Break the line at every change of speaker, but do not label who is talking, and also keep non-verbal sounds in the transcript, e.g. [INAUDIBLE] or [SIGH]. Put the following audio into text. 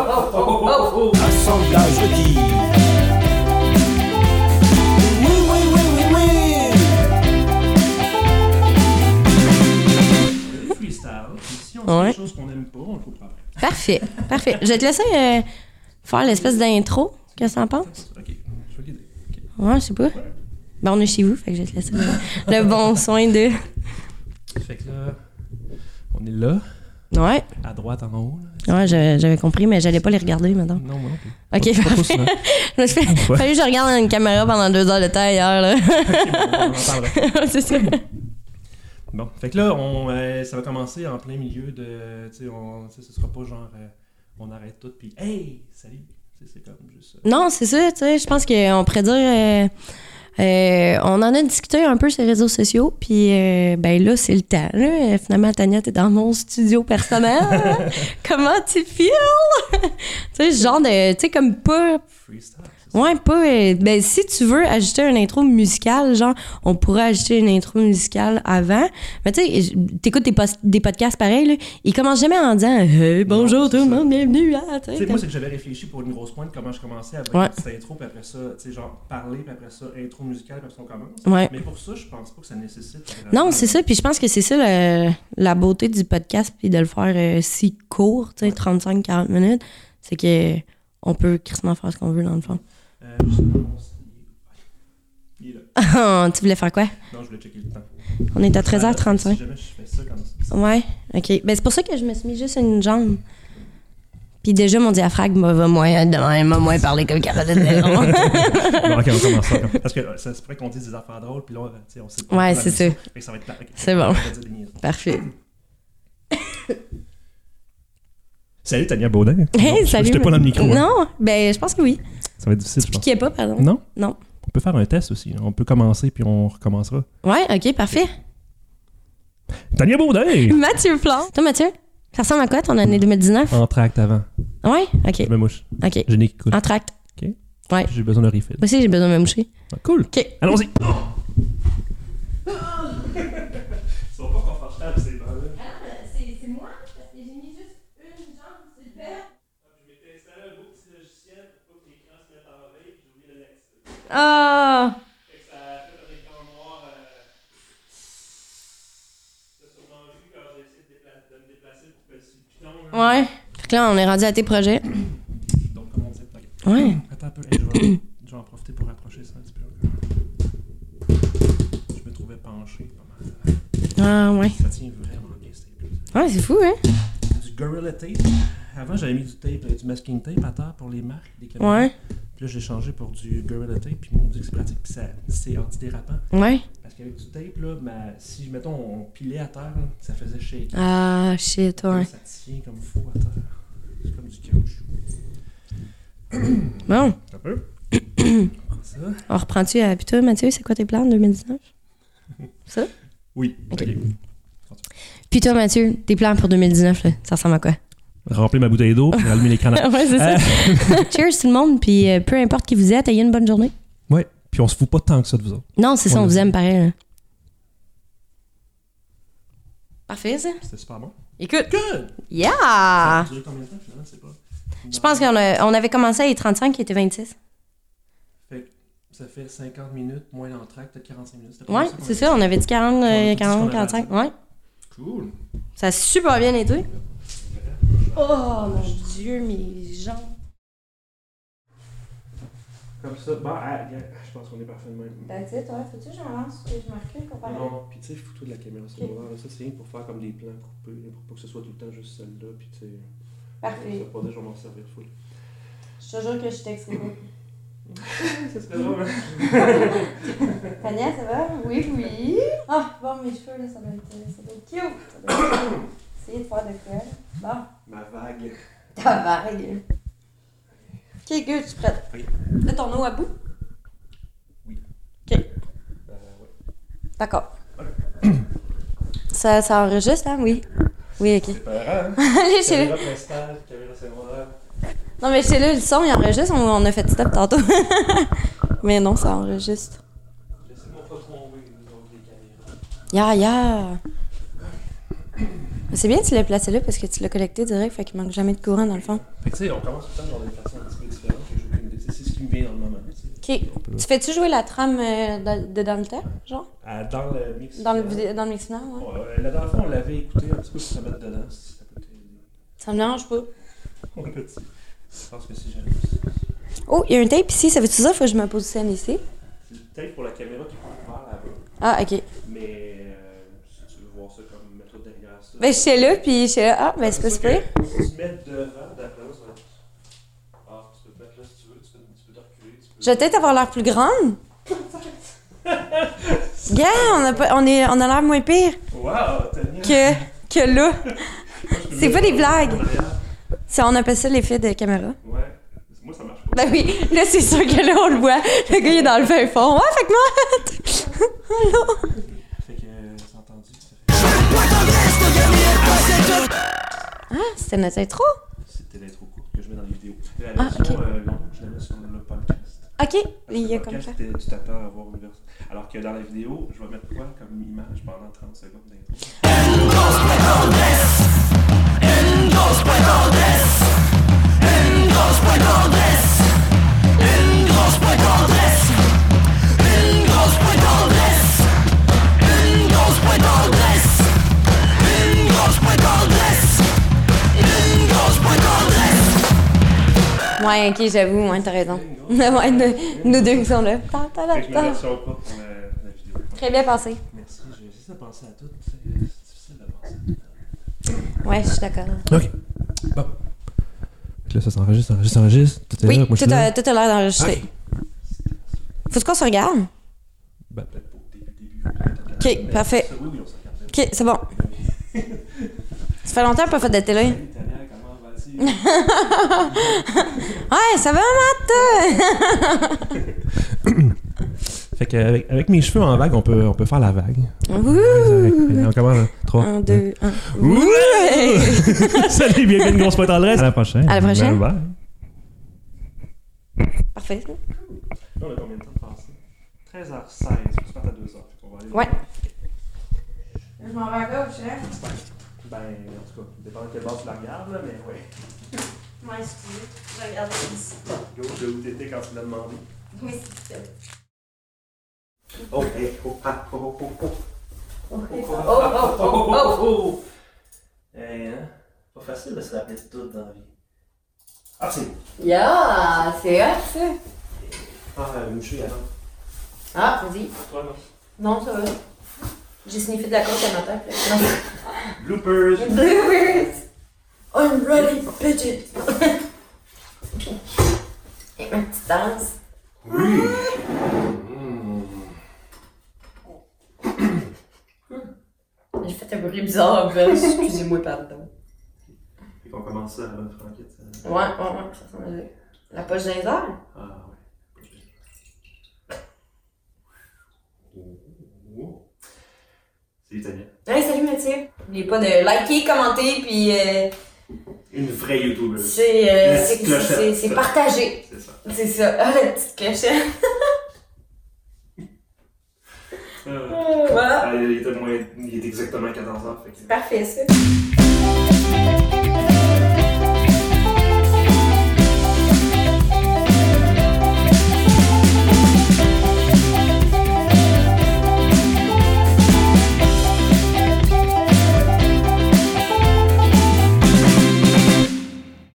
Un sondage le dit. Oui, oui, oui, oui, oui.
Le freestyle. Si on dit
Ouais.
des choses qu'on n'aime pas, on le coupera après.
Parfait, parfait. Je vais te laisser euh, faire l'espèce d'intro. Qu'est-ce que t'en penses?
Ok, je vais l'aider. Ok.
Ouais, je sais pas. Ben, on est chez vous, fait que je vais te laisser le, le bon soin de.
Fait que là, on est là,
Ouais,
à droite en haut. là.
ouais, je- j'avais compris, mais j'allais pas les regarder maintenant.
Non, moi non plus.
Ok,
Pas- pas trop
[LAUGHS] parfait.
souvent.
Je me suis fait-
Ouais.
Fallait que je regarde une caméra pendant deux heures de temps ailleurs,
On en
là.
parlera.
[LAUGHS] C'est ça.
Bon, fait que là, on, euh, ça va commencer en plein milieu de. Tu sais, on- tu sais, ce sera pas genre. euh, on arrête tout, puis hey, salut! Tu sais, C'est comme juste. euh,
Non, c'est ça, tu sais, je pense qu'on pourrait dire... euh, euh, on en a discuté un peu sur les réseaux sociaux, puis euh, ben là, c'est le temps. là. Euh, Finalement, Tania, t'es dans mon studio
[LAUGHS]
personnel. Comment tu feels? tu sais, ce genre de... Tu sais, comme pas...
freestyle. c'est ça.
Ouais, pas... euh, ben, si tu veux ajouter une intro musicale, genre, on pourrait ajouter une intro musicale avant. Mais tu sais, je- t'écoutes des, pos- des podcasts pareils, là, ils commencent jamais en disant « Hey, bonjour
Non, c'est
tout le
ça.
monde, bienvenue à... » tu
Tu
sais,
sais,
comme-
moi, c'est que j'avais réfléchi pour une grosse pointe comment je commençais avec
Ouais.
une petite intro, puis après ça, tu sais, genre parler, puis après ça, intro musicale, puis après ça, on commence.
Ouais.
Mais pour ça, je pense pas que ça nécessite. vraiment-
Non, c'est ça. Puis je pense que c'est ça le- la beauté du podcast, puis de le faire euh, si court, tu sais, 35-40 minutes, c'est que on peut crissement faire ce qu'on veut dans le fond. [LAUGHS]
Euh, je sais pas, mon- Il est là.
Ah, tu voulais faire quoi?
Non, je voulais checker le temps.
On est à
Si
13h35.
jamais je fais ça comme ça.
Ouais, ok. Ben, c'est pour ça que je me suis mis juste une jambe. Puis déjà, mon diaphragme m'a- va moins, de même, m'a moins parler comme carotte de [LAUGHS] Néron.
Bon, ok, on commence ça. Parce que euh, ça se pourrait qu'on dise des affaires drôles, puis là, euh, tu sais, on sait pas.
Ouais,
la
c'est
mission.
ça.
Fait que ça va être plat. Ok,
C'est
on
bon.
va dire des niaiseries.
Parfait.
Salut, Tania Baudin.
Hey,
Non, je-
salut.
Je t'ai pas dans le micro. hein.
Non, ben, je pense que oui.
Ça va être difficile, je pense.
Piquez pas, pardon.
Non?
Non.
On peut faire un test aussi. là. On peut commencer, puis on recommencera.
Ouais, ok, parfait.
Tania Baudin!
Mathieu Plan. Toi, Mathieu, ça ressemble à quoi ton année 2019?
En tract avant.
Ouais, ok,
Je me mouche.
ok.
J'ai nez qui coule.
En tract. ouais.
J'ai besoin de refill.
Moi aussi, j'ai besoin de me moucher.
Ah, Cool.
OK. [LAUGHS]
Allons-y. Ils sont pas confortables, ces bancs-là.
Ah C'est moi, parce que j'ai mis juste une jambe, c'est
Ah, Je m'étais installé un beau petit logiciel pour pas que l'écran se mette en veille, puis j'ai oublié de l'activer.
Ah!
Fait que ça a fait un écran noir. euh, T'as sûrement vu quand j'ai essayé de, dépla- de me déplacer pour que le piton. là.
Ouais. Fait que là, on est rendu à tes projets.
Donc, comment on dit ok.
Ouais.
Attends un peu, hey, je, vais, je vais en profiter pour rapprocher ça un petit peu. Je me trouvais penché pas mal.
Ah, ouais.
Ça tient vraiment bien, c'est plus.
Ouais, c'est fou, hein?
Du Gorilla Tape. Avant, j'avais mis du tape, euh, du masking tape à terre pour les marques des caméras.
Ouais.
Puis là, j'ai changé pour du Gorilla Tape. Puis mon Dieu, que c'est pratique. Puis ça, c'est antidérapant.
Ouais.
Parce qu'avec du tape, là, ma- si, mettons, on pilait à terre, là, ça faisait shaker.
Ah, shit, ouais.
Ça tient comme fou à terre. C'est comme du caoutchouc.
Bon,
Un peu. ça.
[COUGHS] on reprend-tu à. Puis toi, Mathieu, c'est quoi tes plans en 2019? [LAUGHS]
Oui.
Ok.
ok.
Puis toi, Mathieu, tes plans pour 2019, là, ça ressemble à quoi?
Remplir ma bouteille d'eau, puis rallumer l'écran.
[LAUGHS] ouais, c'est ça. [LAUGHS] Cheers, tout le monde, puis euh, peu importe qui vous êtes, ayez une bonne journée.
Ouais. Puis on se fout pas tant que ça de vous autres.
Non, c'est ça,
On
on
le
vous
dit.
aime pareil, là. Parfait, ça.
C'était super bon.
Écoute.
Good!
Yeah!
Ça a duré combien de temps finalement? C'est pas.
Ah. Je pense qu'on a- on avait commencé à les 35 qui était 26.
Fait que ça fait 50 minutes, moins l'entracte, peut-être 45 minutes. C'était pas
Ouais,
mal qu'on
c'est
a
ça, on avait dit 40,
avait
euh,
dit
40,
qu'on avait
45. Ouais.
dit. Cool.
Ça a super bien été. Oh mon dieu, mes jambes.
Comme ça. Bon, ah, gars, je pense qu'on est parfait de même.
toi, faut-tu que j'avance que je marque comparé?
Non, puis tu sais, fous-toi de la caméra
secondaire,
Ça, c'est rien pour faire comme des plans coupés, pour pas que ce soit tout le temps juste celle-là, puis tu sais. Ça
Parfait.
pas dire, je vais m'en servir full.
Je te jure que je t'explique.
Ça serait drôle, hein?
Tania, ça va? Oui, oui. Ah, bon, mes cheveux, là, ça doit être, ça doit être cute. Ça doit être cute. Essayez de faire de quoi? là. Bon,
Ma vague.
ta vague. Ok, good, je suis prête.
Oui.
Là, ton eau à bout?
Euh, ouais.
D'accord. [CLEARS THROAT] Ça, ça enregistre, hein? Oui. Oui, ok. [LAUGHS]
C'est pas grave, hein?
Allez, chez
Caméra principale, caméra secondaire.
Non, mais chez là, le son, il enregistre. On, on a fait stop tantôt. [LAUGHS] mais non, ça enregistre.
Laissez-moi pas tomber, nous autres, les caméras.
Ya, ya. Mais C'est bien que tu l'as placé là parce que tu l'as connecté direct, fait qu'il manque jamais de courant dans le fond.
Fait que tu sais, on commence tout le temps genre d'une façon un petit peu différente. fait que j'ai aucune idée. C'est c'est ce qui me vient dans le moment. tu sais.
Ok. Tu fais-tu jouer la trame euh, dans- de dans le temps, genre
Ah, dans le mix.
Dans le,
final.
vidé- dans le mix final, ouais.
Ouais, la dernière fois, on l'avait écouté un petit peu pour se mettre dedans. si ça peut t'aider.
Ça me dérange pas.
On l'a dit. Je pense que si jamais.
Oh, il y a un tape ici, ça veut-tu dire faut que je me positionne ici
C'est peut-être pour la caméra qui peut voir là-bas.
Ah, ok.
Mais euh, si tu veux voir ça comme mettre derrière ça.
Ben, j'étais là, puis j'étais là, ah, ben, c'est pas
sûr
super.
que Si tu mets devant, d'après moi, ça va être. Ah, tu peux te mettre là si tu veux, tu peux, tu peux te reculer. Tu peux...
Je vais peut-être avoir l'air plus grande. Gars, on a, pas, on est, on a l'air moins pire
Waouh, Tania!
que, que là. c'est pas des blagues.
En arrière.
Ça, on appelle ça l'effet de caméra.
Ouais. Moi, ça marche pas.
Ben oui, là, c'est sûr que là, on le voit. Le gars, il est dans le fin fond. Ouais, fait que moi. [LAUGHS] Allô?
Fait que, euh, c'est entendu. Ça
Ah, c'était notre intro.
fait- C'était l'intro courte que je mets dans les vidéos. La
Ah,
version euh, longue, je la mets sur le podcast.
Ok,
Parce que
il y a
le
comme
podcast,
ça.
t'es- Tu t'attends à voir une version. Alors que dans la vidéo, je vais mettre quoi comme image pendant 30 secondes d'intro?
Ouais, ok, j'avoue, ouais, t'as raison. [LAUGHS] ouais, nous, nous deux qui sommes là. Ta, ta, ta,
Fait que je mets la
ta.
version courte pour la, la vidéo.
Très bien pensé.
Merci, j'ai essayé de penser à tout. C'est c'est difficile de penser à tout.
Ouais, je suis d'accord.
Là, ça s'enregistre, ça enregistre, ça enregistre. Tout est
Oui,
là, moi, je suis
tout
là. Ah.
a, tout a l'air d'enregistrer. Faut-tu qu'on se regarde?
Ben, peut-être pour le début, début. peut-être.
Ok,
Mais
parfait.
ça, Oui, oui, on s'en regarde.
Ok, c'est bon. Ça fait longtemps que j'ai pas fait de télé. [LAUGHS]
Salut, Tania, comment vas-tu?
Ouais, ça va, Matt?
Fait que avec, avec mes cheveux en vague, on peut, on peut faire la vague.
Ouh!
On commence. hein. 3.
Un, deux, un.
Ouais!
[LAUGHS]
Salut, bienvenue, grosse pointe tendresse.
À la prochaine.
À la prochaine.
Bye bye.
Parfait.
Là, on a combien de temps de passer? 13h16, on se part à 2h. Fait qu'on va aller.
Ouais.
Je m'en vais à gauche, hein?
Ben, en tout cas, dépend de quelle base tu la regardes, là, mais ouais.
Ouais, excusez. Je regarde ici.
Gauche de où t'étais quand tu l'as demandé.
Oui, c'est ça.
Oh, hey, oh, ah, oh, oh, oh,
Oh,
oh, oh, oh, oh. Eh, hein? Pas facile de se rappeler de tout dans la vie. Ah, c'est.
Yeah, c'est hot, ça.
Ah, euh, me chouille avant.
Ah, vas-y.
Toi, non.
Non, ça va. J'ai sniffé de la coke à matin. puis- Non,
Bloopers!
Blueberries! I'm ready, bitches! Et ma petite danse.
Oui!
J'ai fait un bruit bizarre, en fait. excusez-moi, pardon.
Fait qu'on commence ça à la bonne franquette. ça.
Ouais, ouais, ouais, ça ressemble à ça. La poche d'un heures?
Ah, ouais. Oh. C'est italien.
Hey, salut Mathieu! N'oubliez pas de liker, commenter, puis euh,
Une vraie youtubeuse.
c'est euh,
La
c'est-
petite clochette.
c'est- c'est partagé.
C'est ça.
C'est ça, [LAUGHS] ah, la petite clochette.
Euh,
Voilà,
Euh, ah, il, était moins- il est exactement 14 ans. Fait que...
parfait ça.